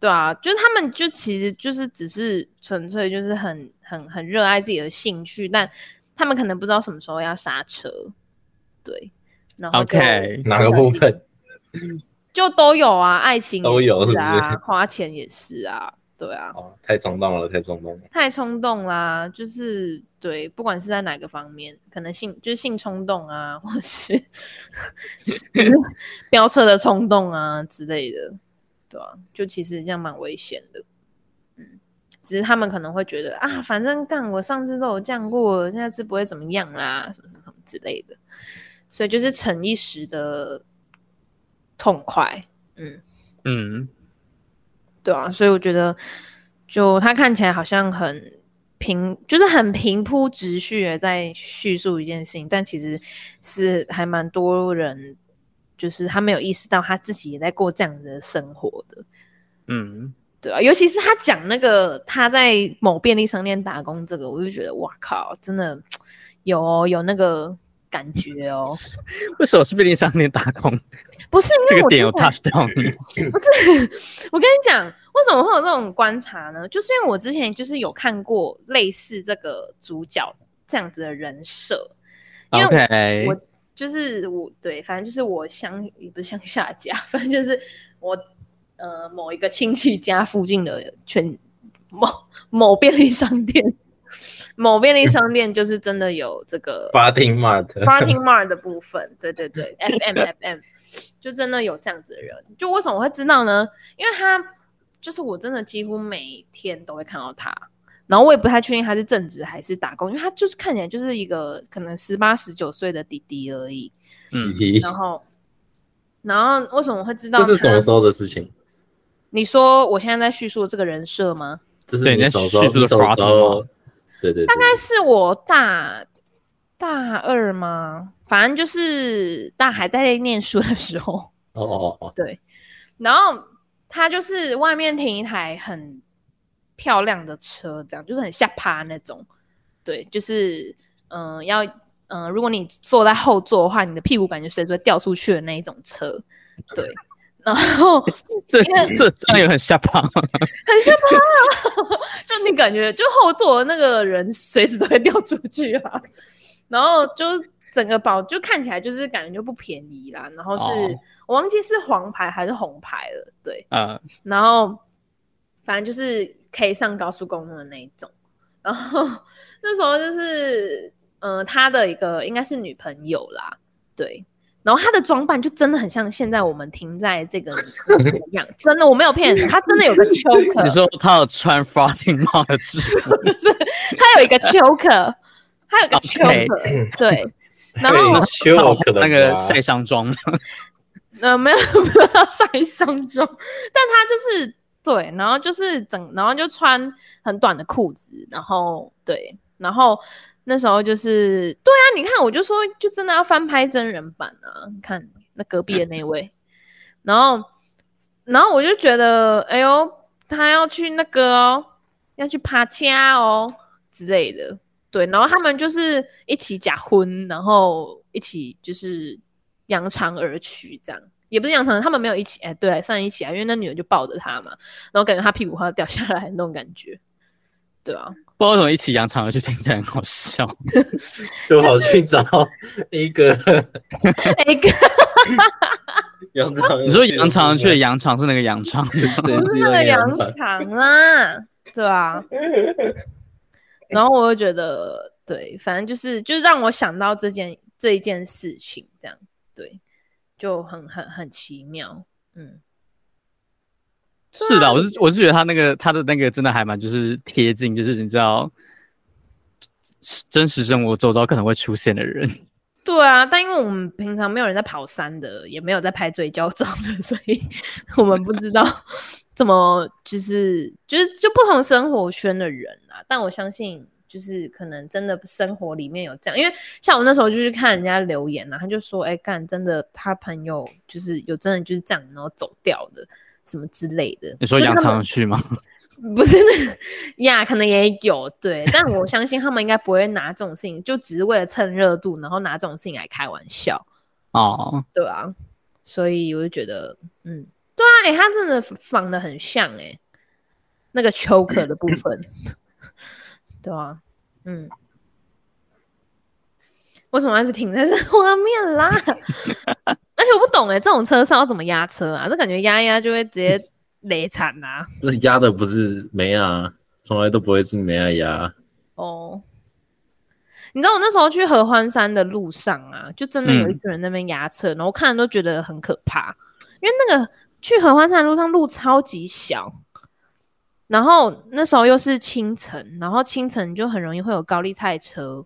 S3: 对啊，就是他们就其实就是只是纯粹就是很很很热爱自己的兴趣，但他们可能不知道什么时候要刹车，对，然后就
S2: OK
S1: 哪个部分？
S3: 就都有啊，爱情
S1: 都
S3: 也
S1: 有
S3: 是
S1: 是不是
S3: 啊，花钱也是啊，对啊，
S1: 哦，太冲动了，太冲动了。
S3: 太冲动啦，就是对，不管是在哪个方面，可能性就是性冲动啊，或是就是飙车的冲动啊之类的，对啊，就其实这样蛮危险的，嗯，只是他们可能会觉得啊，反正干我上次都有降过，下次不会怎么样啦，什么什么什么之类的，所以就是逞一时的痛快，嗯，
S2: 嗯，
S3: 对啊，所以我觉得，就他看起来好像很平，就是很平铺直叙的在叙述一件事情，但其实是还蛮多人，就是他没有意识到他自己也在过这样的生活的，
S2: 嗯，
S3: 对啊，尤其是他讲那个他在某便利商店打工这个，我就觉得哇靠，真的有哦有那个感觉哦，
S2: 为什么是便利商店打工？
S3: 不是因
S2: 这
S3: 为
S2: 个
S3: 我
S2: 点
S3: 觉
S2: 有
S3: 得
S2: touch 到你？
S3: 不是，我跟你讲，为什么会有这种观察呢？就是因为我之前就是有看过类似这个主角这样子的人设，因为我
S2: OK，
S3: 我就是我对，反正就是我乡也不是乡下家， [laughs] 反正就是我呃某一个亲戚家附近的全某某便利商店， [laughs] 某便利商店就是真的有这个
S1: [laughs] Farting Mart，
S3: Farting Mart 的部分，对对对，FM
S1: [laughs]
S3: FM，就真的有这样子的人。就为什么我会知道呢？因为他就是我真的几乎每天都会看到他，然后我也不太确定他是正职还是打工，因为他就是看起来就是一个可能十八十九岁的弟弟而已。
S2: 嗯，
S3: 然后，然后为什么我会知道
S1: 这
S3: 他？
S1: 是什么时候的事情？
S3: 你说我现在在叙述这个人设吗？
S1: 这是
S2: 对
S1: 你
S2: 你在
S1: 什么时候？
S2: 叙述的
S1: 你什么时
S2: Farting
S1: 候
S2: Mart？
S1: 对对，
S3: 大
S1: 大
S3: 概是我大大二吗？反正就是大还在念书的时候。
S1: 哦哦哦，
S3: 对，然后他就是外面停一台很漂亮的车，这样就是很下趴那种。对，就是嗯、呃要嗯、呃如果你坐在后座的话，你的屁股感觉随时会掉出去的那一种车。对，然后
S2: 这
S3: 因为
S2: 这这样也很下巴吗？
S3: 很下趴、啊，就你感觉就后座的那个人随时都会掉出去啊，然后就是整个保就看起来就是感觉就不便宜啦，然后是、
S2: 哦
S3: 我忘记是黄牌还是红牌了，对，
S2: [laughs] 呃，
S3: 然后反正就是可以上高速公路的那一种。然后 [laughs] 那时候就是，呃，他的一个应该是女朋友啦，对。然后他的装扮就真的很像现在我们停在这个这
S2: [laughs]
S3: 个样，真的我没有骗你，他真的有个 choker，
S2: 你说他有穿 farting 帽的制服，
S3: 就是他有一个 choker，他有个
S2: OK
S3: choker，对。 [laughs] 然后
S1: 对
S2: 他
S1: 修
S2: 有
S1: 我
S2: 化
S1: 可能
S2: 那个
S1: 吧
S2: 晒伤妆吗？
S3: 呃，没有 [laughs] 没有要晒伤妆，但他就是对，然后就是整，然后就穿很短的裤子，然后对，然后那时候就是对啊，你看我就说，就真的要翻拍真人版啊，你看那隔壁的那位，然后然后我就觉得，哎呦，他要去那个哦，要去爬掐哦之类的，对，然后他们就是一起假婚，然后一起就是扬长而去，这样也不是扬长，他们没有一起，哎，对，算一起啊，因为那女人就抱着他嘛，然后感觉他屁股快要掉下来那种感觉，对啊，
S2: 不知道为什么一起扬长而去，听起来很好笑。
S1: 就跑去找一个
S3: 哎哥，
S1: 羊肠。
S2: 你说扬长而去的啊扬长是那个扬长吗， [laughs]
S1: 对，
S3: 不
S1: 是
S3: 是
S1: 一
S3: 那个扬
S1: 羊肠。
S3: 长啦，对啊，然后我就觉得，对，反正就是就是让我想到这件这一件事情，这样对，就很很很奇妙，嗯。
S2: 是的，我是我是觉得他那个他的那个真的还蛮就是贴近，就是你知道真实生活周遭可能会出现的人，
S3: 对啊，但因为我们平常没有人在跑山的，也没有在拍追焦照的， [laughs] 所以我们不知道怎么就是就是就不同生活圈的人啊。但我相信，就是可能真的生活里面有这样，因为像我那时候就是看人家留言啊，他就说：“哎、干，真的他朋友就是有真的就是这样，然后走掉的什么之类的。”
S2: 你说
S3: 就是
S2: 扬
S3: 他们
S2: 长而去吗？ [laughs]
S3: 不是那呀，可能也有对，但我相信他们应该不会拿这种事情，就只是为了蹭热度，然后拿这种事情来开玩笑，
S2: 哦，
S3: 对啊，所以我就觉得，嗯，对啊，哎、他真的仿的很像哎、那个秋可的部分， [laughs] 对啊，嗯，为什么要是停在这画面啦？ [laughs] 而且我不懂哎、这种车上要怎么压车啊？这感觉压一压就会直接累惨啊呐、
S1: 那压的不是梅啊，从来都不会是梅啊压。
S3: 哦，你知道我那时候去合欢山的路上啊，就真的有一
S2: 嗯。
S3: 群人在那边压车，然后我看了都觉得很可怕，因为那个去合欢山的路上路超级小，然后那时候又是清晨，然后清晨就很容易会有高丽菜车，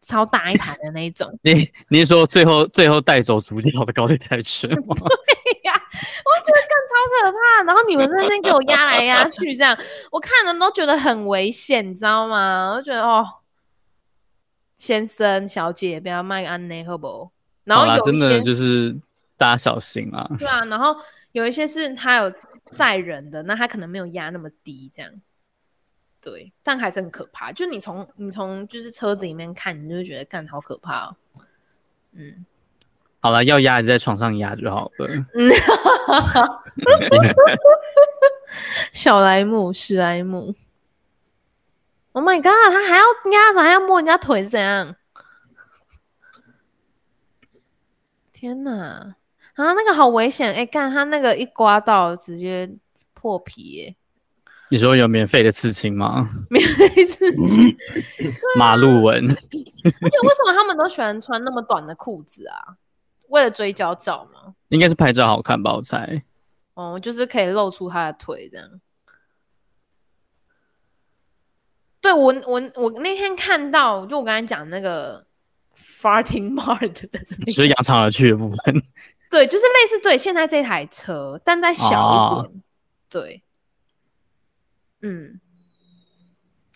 S3: 超大一台的那一种
S2: 你你是说最后最后带走主角的高利贷车吗？
S3: 对呀，我觉得更超可怕。然后你们在那边给我压来压去，这样 [laughs] 我看了都觉得很危险，你知道吗？我就觉得哦，先生小姐不要卖安内，好不好？然后
S2: 好啦，
S3: 有
S2: 真
S3: 一
S2: 的
S3: 些
S2: 就是大家小心啦。
S3: 对啊，然后有一些是他有载人的，那他可能没有压那么低，这样。对，但还是很可怕。就你从你从就是车子里面看，你就会觉得干好可怕、哦。嗯，
S2: 好了，要压还是在床上压就好了。
S3: 小莱姆，史莱姆。Oh my god！他还要压着，还要摸人家腿，怎样？天哪！啊，那个好危险！哎、干他那个一刮到直接破皮、耶，
S2: 你说有免费的刺青吗？
S3: 没有自
S2: 嗯
S3: 己。啊
S2: 马路纹，
S3: 而且为什么他们都喜欢穿那么短的裤子啊？为了追焦照吗？
S2: 应该是拍照好看吧？我猜。
S3: 哦，就是可以露出他的腿这样。对我，我我那天看到，就我刚才讲那个 farting [laughs] mart 的那
S2: 所以扬长而去的部分，
S3: 对，就是类似对现在这台车，但再小一
S2: 哦
S3: 点。对，嗯，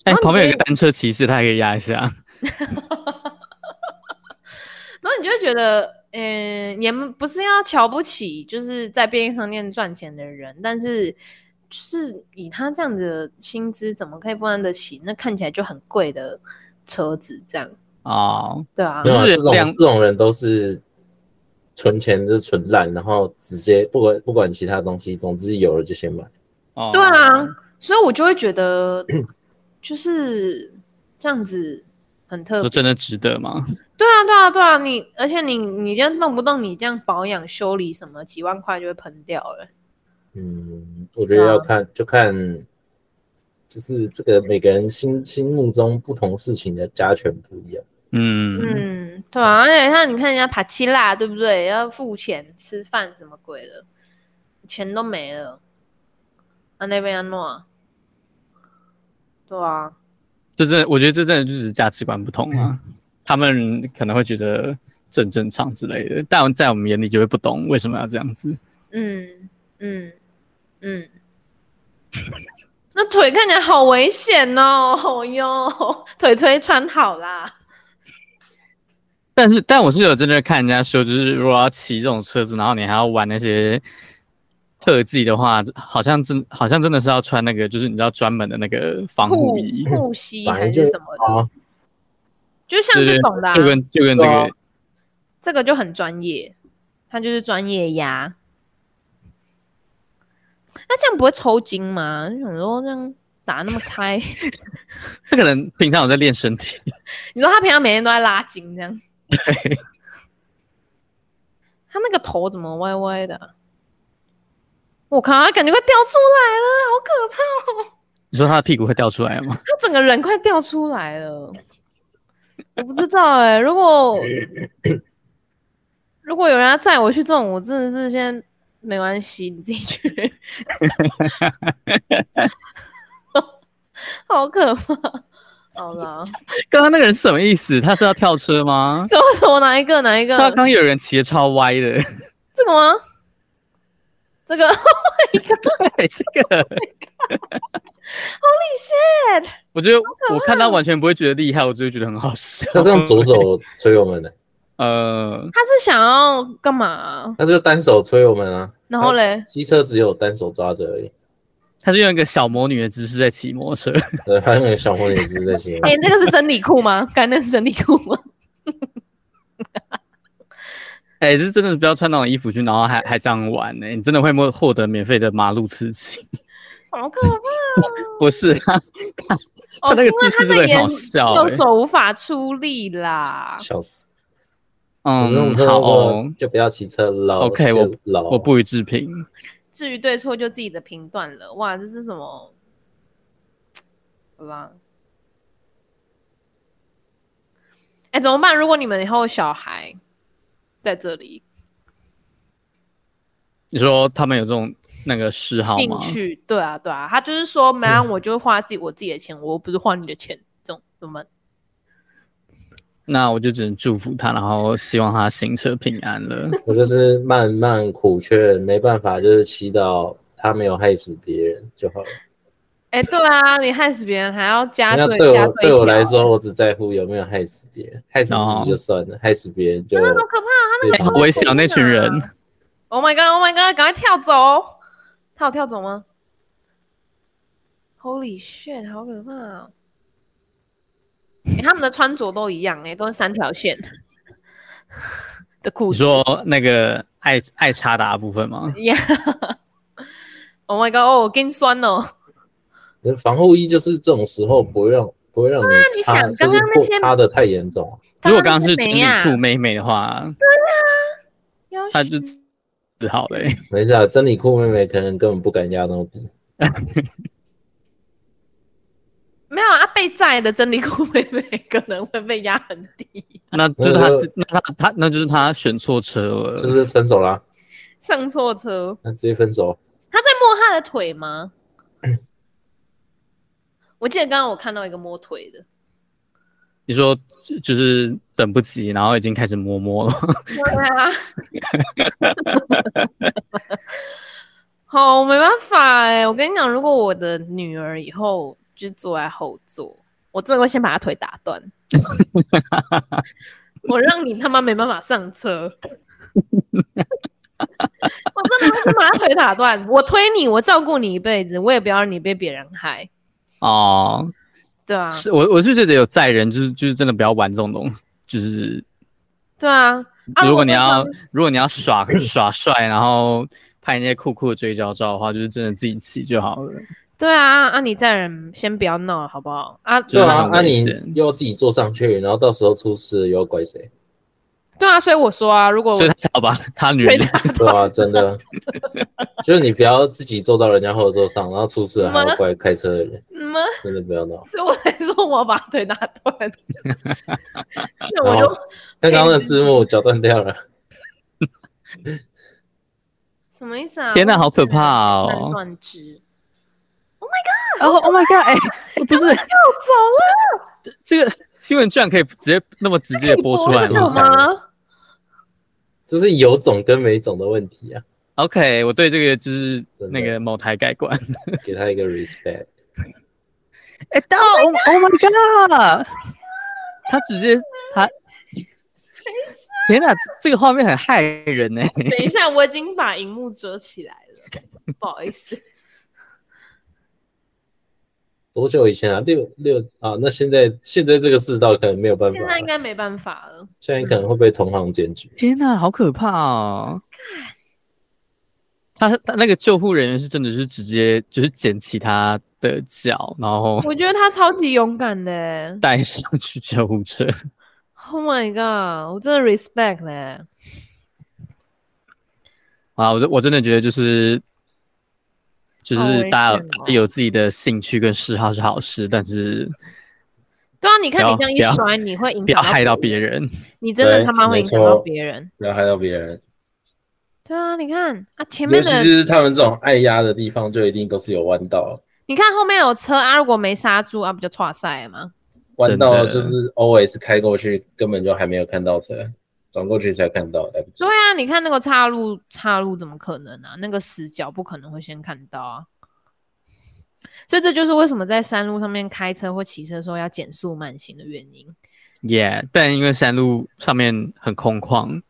S2: 哎、
S3: 然后你
S2: 旁边有
S3: 可以
S2: 一个单车骑士，他还可以压一下。
S3: 然后你就会觉得，嗯、你们不是要瞧不起就是在便利商店赚钱的人，但是就是以他这样子的薪资，怎么可以负担得起那看起来就很贵的车子？这样
S2: 哦，
S3: 对啊
S1: 没，有啊，
S2: 就是
S1: 这种
S2: 两
S1: 这种人都是存钱就是存烂，然后直接不管不管其他东西，总之有了就先买。
S2: 哦
S3: 对啊，所以我就会觉得 [clears throat] 就是这样子很特
S2: 说
S3: 别。
S2: 真的值得吗？
S3: 对啊，对啊，对啊，你而且你你这样动不动你这样保养修理什么，几万块就会喷掉了。
S1: 嗯，我觉得要看就看，就是这个每个人心心目中不同事情的加权不一样。
S2: 嗯，
S3: 嗯，对啊，而且像你看人家帕奇拉，对不对？要付钱吃饭什么鬼的，钱都没了。啊，那边要弄啊，对啊，
S2: 这真的，我觉得这真的就是价值观不同啊。他们可能会觉得这很正常之类的，但在我们眼里就会不懂为什么要这样子。
S3: 嗯嗯嗯，那腿看起来好危险哦，哦哟，腿腿穿好啦。
S2: 但是，但我是有真的看人家说，就是如果要骑这种车子，然后你还要玩那些特技的话，好像真好像真的是要穿那个，就是你知道专门的那个防
S3: 护
S2: 护 [laughs] 衣，
S3: 护膝
S1: 反
S3: 还
S1: 正就是
S3: 什么的，
S1: 啊，
S3: 就像
S2: 对
S3: 这
S2: 哦对
S3: 种的、啊，
S2: 就跟就跟这
S1: 对啊
S2: 个
S3: 这个就很专业，他就是专业呀。那这样不会抽筋吗？就想说这样打那么开， [laughs]
S2: 这个人平常有在练身体，
S3: 你说他平常每天都在拉筋这样，他那个头怎么歪歪的啊、我靠，他感觉快掉出来了，好可怕！
S2: 你说他的屁股会掉出来吗？
S3: 他整个人快掉出来了。我不知道哎、如果如果有人要载我去这种，我真的是先没关系，你自己去。好可怕！好啦，
S2: [laughs] 刚刚那个人是什么意思？他是要跳车吗？
S3: 什么什么哪一个哪一
S2: [laughs]
S3: 个？
S2: 他刚刚有人骑的超歪的，
S3: 这个吗？这个
S2: 对 [laughs] 这个
S3: Holy shit！
S2: 我觉得
S3: 啊
S2: 我看他完全不会觉得厉害，我只会觉得很好笑。
S1: 他是用左手推我们的，
S2: 呃，
S3: 他是想要干嘛、
S1: 他就单手推我们啊。
S3: 然后嘞，
S1: 机车只有单手抓着而已， [laughs]
S2: 他是用一个小魔女的姿势在骑摩托车， [laughs]
S1: 对，他那个小魔女是那些，
S3: 哎、那个是真理裤吗？干，那是真理裤吗？
S2: 哎、是真的不要穿那种衣服去，然后还还这样玩呢、你真的会获获得免费的马路刺激？
S3: 好可怕！
S2: [laughs] 不是啊，
S3: 哦，
S2: 他那个
S3: 是因为
S2: 姿势
S3: 他
S2: 真的
S3: 的
S2: 很好
S3: 眼
S2: 笑
S3: 右
S2: 欸
S3: 手无法出力啦。
S1: 笑死。我们这种
S2: 嗯，
S1: 车
S2: 好
S1: 如果
S2: 哦，
S1: 就不要骑车了。
S2: OK，
S1: 是老
S2: 我不予置评。
S3: 至于对错，就自己的评断了。哇，这是什么？好吧。哎、怎么办？如果你们以后有小孩在这里，
S2: 你说他们有这种那个嗜好
S3: 兴
S2: 吗？嗯
S3: 趣，对啊，对啊，他就是说，没啊，我就花自己我自己的钱，我又不是花你的钱，这种怎么办？
S2: 那我就只能祝福他，然后希望他行车平安了。
S1: 我就是慢慢苦劝，没办法，就是祈祷他没有害死别人就好了。
S3: 哎、对啊，你害死别人还要加
S1: 那
S3: 罪，
S1: 对
S3: 加
S1: 我
S3: 罪
S1: 对我
S3: 条哦
S1: 来，说，我只在乎有没有害死别人，害死
S2: 哦
S1: 自己就算了，害死别人就
S3: 好可怕！他那
S1: 对
S3: 个
S2: 哎好危险哦，那群人。
S3: Oh my god! Oh my god! 赶快跳走！哦他有跳走吗？Holy shit！好可怕、哦！哎、他们的穿着都一样、哎，都是三条线的裤
S2: 你
S3: 子。
S2: 说那个爱爱插达的部分吗？
S3: Yeah. Oh my god！哦，我跟酸哦。
S1: 人防护衣就是这种时候不会让不会让你
S3: 那
S1: 擦，
S3: 你
S1: 就
S3: 想
S1: 是
S3: 刚刚那
S1: 破
S3: 些
S1: 擦的太严重。啊
S2: 如果刚刚是情
S3: 那谁
S2: 侣
S3: 呀
S2: 裤妹妹的话，
S3: 啊要
S2: 他就
S3: 死
S2: 只好嘞、
S1: 没事啊，真理裤妹妹可能根本不敢压那么低。
S2: 嗯
S3: 没有啊，被载的真理裤妹妹可能会被压很低，
S2: 那就是他自，那他他那就是他选错车了。
S1: 就是分手啦，
S3: 上错车。
S1: 那直接分手。
S3: 他在摸他的腿吗？我记得刚刚我看到一个摸腿的，
S2: 你说就就是等不及，然后已经开始摸摸了。 [laughs]
S3: 对啊， [laughs] 好，我没办法哎、我跟你讲，如果我的女儿以后就坐在后座，我真的会先把她腿打
S2: [laughs]
S3: 断。我让你他妈没办法上车，我真的会先把她腿打断。我推你，我照顾你一辈子，我也不要让你被别人害，
S2: 哦，
S3: 对啊，
S2: 是我我是觉得有载人，就是就是真的不要玩这种东西，就是
S3: 对啊。啊
S2: 如果你
S3: 对方
S2: 要如果你要耍 [coughs] 耍帅，然后拍那些酷酷的追焦照的话，就是真的自己骑就好了。
S3: 对啊，啊你在人先不要闹了好不好？啊，
S2: 就
S1: 对
S2: 是
S1: 啊，
S2: 很
S1: 那
S2: 危
S1: 你
S2: 险
S1: 又自己坐上去，然后到时候出事了又要怪谁？
S3: 对啊，所以我说啊，如果我
S2: 所以他才要把他女人
S3: 对
S1: 对啊，真
S3: [laughs]
S1: 的，就是你不要自己坐到人家后座上，然后出事了还要怪开车的人，
S3: 嗯吗？
S1: 真的不要闹。
S3: 所以我才说我要把腿打断，那我
S1: 哦
S3: 就
S1: 那
S3: 哎
S1: 刚刚的字幕脚断掉了，
S3: 什么意思啊？
S2: [laughs] 天哪，
S3: 我
S2: 好可怕
S3: 判
S2: 哦！
S3: 断之
S2: [laughs] 然后 Oh my God，哎、不是
S3: 要走啊
S2: [laughs] 这个新闻居然可以直接那么直接
S3: 了，
S2: 地播出来
S3: 你播
S2: 吗
S3: 这个哦吗？
S1: 这是有种跟没种的问题啊，
S2: ？OK，我对这个就是
S1: 真的
S2: 那个某台改观。
S1: 给他一个 respect。
S2: 哎、到 o h my God！他直接他，天哪，这个画面很害人呢、
S3: 等一下，我已经把荧幕遮起来了，不好意
S2: [laughs]
S3: 思。
S1: 多久以前啊？六六啊？那现在现在这个世道可能没有办法
S3: 现
S1: 了，
S3: 在应该没办法了，
S1: 现在可能会被同行检举。
S2: 天哪，好可怕哦！他他那个救护人员是真的是直接就是捡起他的脚，然 [laughs] 后
S3: 我觉得他超级勇敢的欸
S2: 带上去救护车。
S3: ，Oh my god，我真的 respect 欸嘞、
S2: 啊，我真我真的觉得就是就
S3: 好危
S2: 是大家
S3: 险哦
S2: 有有自己的兴趣跟嗜好是好事，但是
S3: 对啊，你看
S2: 不
S3: 你
S2: 要
S3: 这样
S2: 不要
S3: 一甩，你会影
S2: 不要
S3: 响
S2: 害到别人。
S3: 你真的
S1: 对
S3: 他妈会
S1: 没
S3: 影响到
S1: 错
S3: 别人。
S1: 不要害到别人，
S3: 对啊，你看啊，前
S1: 尤
S3: 面
S1: 其
S3: 的
S1: 是他们这种爱压的地方，就一定都是有弯道，
S3: 你看后面有车啊，如果没刹住啊，不就岔赛吗？
S1: 弯道就
S2: 真的
S1: 是 always 开过去，根本就还没有看到车，转过去才看到，来不及
S3: 对。啊，你看那个岔路，岔路怎么可能啊？那个死角不可能会先看到啊。所以这就是为什么在山路上面开车或骑车的时候要减速慢行的原因。
S2: 耶、但因为山路上面很空旷，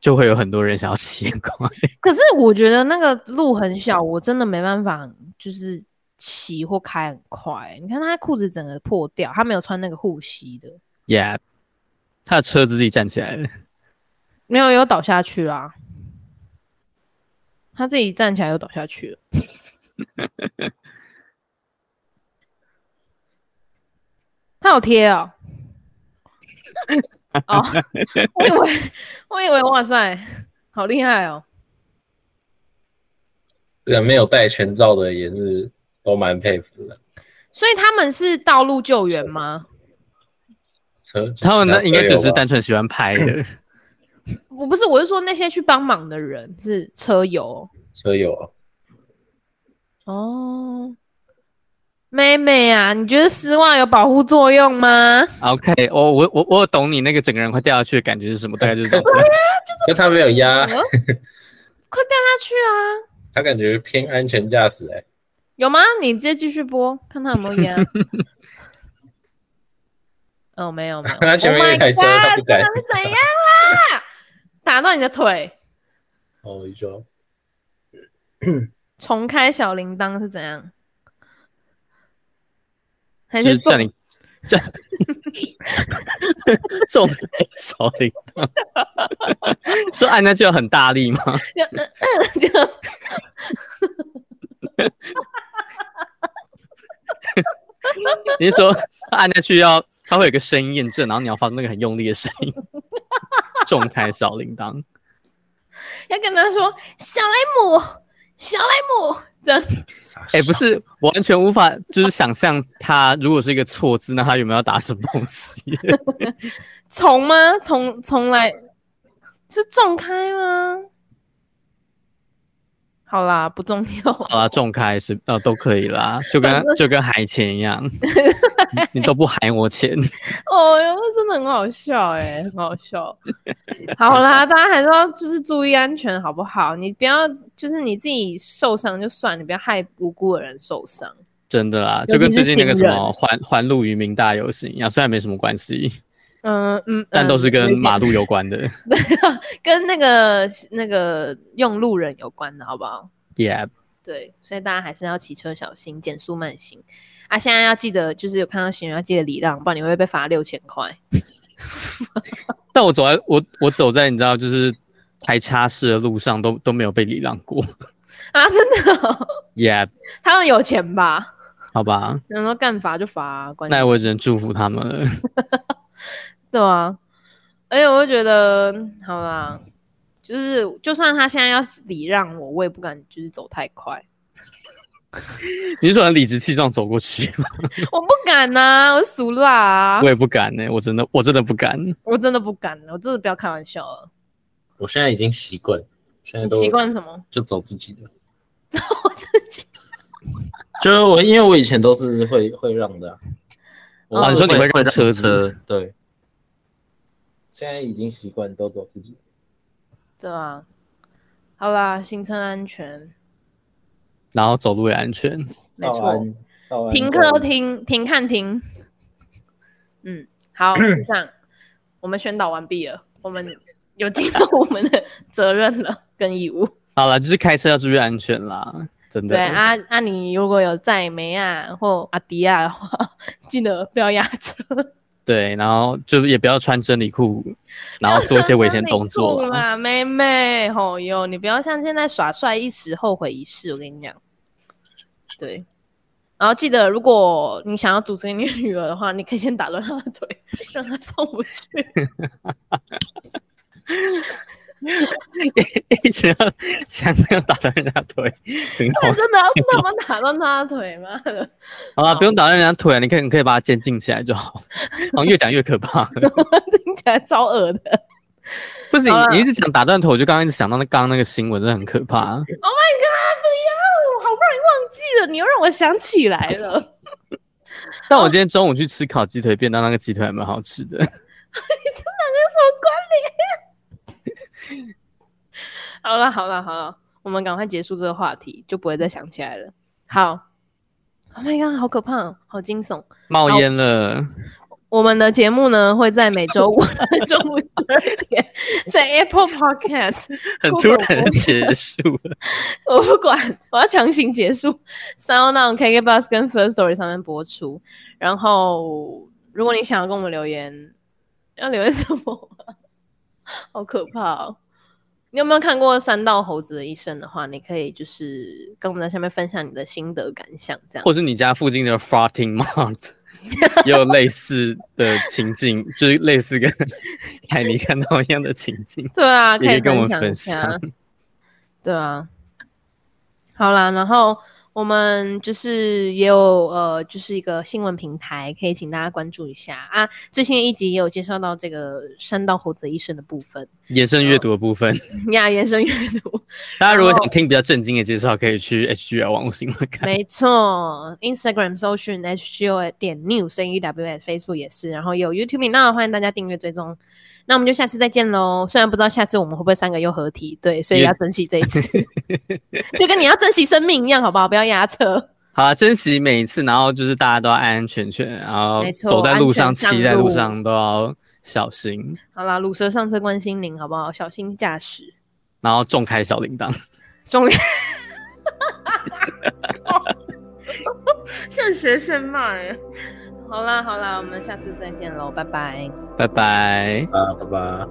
S2: 就会有很多人想要骑很快。
S3: 可是我觉得那个路很小，我真的没办法很就是骑或开很快。你看他裤子整个破掉，他没有穿那个护膝的，
S2: ，Yeah，他的车子自己站起来了，
S3: 没有又倒下去啦。他自己站起来又倒下去了。他有贴哦。哦，我以为，我以为，哇塞，好厉害哦！
S1: 这啊个没有戴全罩的也是都蛮佩服的。
S3: 所以他们是道路救援吗？
S1: 车啊
S2: 他们那应该只是
S1: 戴
S2: 单纯喜欢拍的。
S3: 我不是，我是说那些去帮忙的人是车友
S1: 车友啊，
S3: 哦。妹妹啊，你觉得丝袜有保护作用吗？
S2: OK，我我我我懂你那个整个人快掉下去的感觉是什么，大概就是这样子。
S1: 那他没有压
S3: 嗯， [laughs] 快掉下去啊！
S1: 他感觉偏安全驾驶哎。
S3: 有吗？你直接继续播，看他有没有烟啊。 [laughs] 哦，没 [laughs] 有没有。
S1: 他前面有一台车
S3: Oh my
S1: 他不
S3: God，
S1: 敢
S3: 真的是怎样啦？打到你的腿，
S1: 哦，你说
S3: 重开小铃铛是怎样？还
S2: 就是是
S3: 重
S2: 叫你叫 [laughs] 重手铃铛，说按下去要很大力吗？
S3: 就嗯嗯就，
S2: 你是说按下去要它会有一个声音验证，然后你要发出那个很用力的声音， [laughs] 重开小铃铛。
S3: [laughs] 要跟他说小雷姆，小雷姆，这样
S2: 哎、不是，我完全无法就是想象它如果是一个错字，那它有没有要打什么东西？
S3: 重吗？重重来是重开吗？好啦，不重要。
S2: 好啦，重开是呃都可以啦，就跟就跟海钱一
S3: [laughs]
S2: 样，你你都不喊我钱。
S3: 哦哟，那真的很好笑哎、很好笑。好啦，大家还是要就是注意安全，好不好？你不要就是你自己受伤就算，你不要害无辜的人受伤。
S2: 真的啦，
S3: 尤
S2: 就跟
S3: 其
S2: 最
S3: 是
S2: 近那个什
S3: 情
S2: 么
S3: 人
S2: 环环路渔民大游行一样，虽然没什么关系，
S3: 嗯嗯，
S2: 但都
S3: 嗯
S2: 是
S3: 有一
S2: 跟
S3: 点
S2: 马路有关的。
S3: [laughs] 跟那个那个用路人有关的，好不好？
S2: yeah，
S3: 对，所以大家还是要骑车小心，减速慢行啊！现在要记得，就是有看到行人要记得礼让，不然你会被罚六千块。
S2: 但我走在我我走在你知道就是台叉式的路上都都没有被礼让过。
S3: 啊，真的哦、 [laughs]
S2: yeah，
S3: 他们有钱吧？
S2: 好吧，
S3: 然后干罚就罚、啊，关你
S2: 那我也只能祝福他们了。 [laughs]
S3: 对啊，而且我就觉得，好啦，就是就算他现在要礼让我，我也不敢就是走太快，
S2: 你是说很理直气壮走过去吗？
S3: 我不敢呐、我是俗辣啊
S2: 我，也不敢呢、欸我真的我真的不敢。
S3: 我真的不敢，我真的不要开玩笑了。
S1: 我现在已经习惯，现在
S3: 你
S1: 都
S3: 习惯什么？
S1: 就走自己的。
S3: 我自己
S1: [laughs] 就是我，因为我以前都是会会让的啊、
S3: 哦
S1: 是
S3: 你说
S2: 你会让车子
S1: 车，对。现在已经习惯都走自己的。
S3: 对啊，好啦，行车安全，
S2: 然后走路也安全，
S3: 没
S1: 到
S3: 错，
S1: 安，到安都
S3: 停课停停看停，嗯，
S1: [clears throat]
S3: 好，以上我们宣导完毕了，我们有尽到我们的责任了跟义务。
S2: 好了，就是开车要注意安全啦，真的。
S3: 对啊，啊，你如果有载梅啊或阿迪亚的话，记得不要压车，
S2: 对，然后就是也不要穿真理裤， [laughs] 然后做一些危险动作啊
S3: 不要穿内裤
S2: 啦。
S3: 啦，妹妹，吼哟，你不要像现在耍帅一时，后悔一世，我跟你讲，对。然后记得，如果你想要阻止你女儿的话，你可以先打断她的腿，让她上不去。
S2: [laughs] 一直要想要打断人家腿，很好哦
S3: 但
S2: 笑
S3: [laughs] 真的要他妈打断她的腿，妈的！
S2: [laughs] 好了，不用打断人家腿啊，你可以你可以把它监禁起来就
S3: [laughs]
S2: 好。好像越讲越可怕。
S3: [laughs] 听起来超恶的。 [laughs]
S2: 不是
S3: 好啦
S2: 你你一直讲打断腿，我就刚刚一直想到那刚刚那个新闻，真的很可怕。
S3: Oh my god！不要，我好不容易忘记了，你又让我想起来了。
S2: 但我今天中午去吃烤鸡腿便当，那个鸡腿还蛮好吃的。
S3: 有什么关联？ [laughs] 好了好了好了，我们赶快结束这个话题，就不会再想起来了。好，Oh my god，好可怕、哦，好惊悚！
S2: 冒烟了，
S3: 我我们的节目呢会在每周五的中午十二点，在 Apple Podcast
S2: 很
S3: 酷
S2: 突
S3: 狗
S2: 然
S3: 狗
S2: 结束了。
S3: [laughs] 我不管，我要强行结束。Sound On、KK Bus 跟 First Story 上面播出。然后，如果你想要跟我们留言，要留言什么啊？好可怕哦！ [laughs] 你有没有看过《三道猴子的一生》的话，你可以就是跟我们在下面分享你的心得感想，这样
S2: 或是你家附近的 Farting
S3: [laughs]
S2: Mart 也有类似的情境， [laughs] 就是类似跟凯尼看到一样的情境，
S3: [laughs] 对
S2: 也
S3: 啊，可
S2: 可
S3: 以
S2: 以跟我
S3: 分
S2: 们
S3: 享一
S2: 分
S3: 下 [laughs]
S2: 享。。
S3: 对啊，好啦，然后我们就是也有呃，就是一个新闻平台，可以请大家关注一下啊。最新的一集也有介绍到这个山道猴子医生的部分， [laughs]
S2: 延伸阅读的部分，
S3: 呀，延伸阅读，
S2: [laughs] 大家如果想
S3: 然后
S2: 听比较震惊的介绍，可以去 HGL 网络新闻看。
S3: [laughs] 没错，Instagram 搜寻 HGO 点 news n e w s Facebook 也是，然后有 YouTube 频道，欢迎大家订阅追踪。那我们就下次再见喽。虽然不知道下次我们会不会三个又合体，对，所以
S2: 也
S3: 要珍惜这一次，就跟你要珍惜生命一样，好不好？不要压车。
S2: 好啊，珍惜每一次，然后就是大家都要安安全全，然后
S3: 没错
S2: 走在路上、
S3: 安全上
S2: 骑在路
S3: 路
S2: 上都要小心，
S3: 好啦，乳蛇上车关心您，好不好？小心驾驶。
S2: 然后重开小铃铛。
S3: 重量， [laughs] 现学现卖。好啦好啦，我们下次再见喽，拜拜。
S2: 拜拜。
S1: 啊，好吧。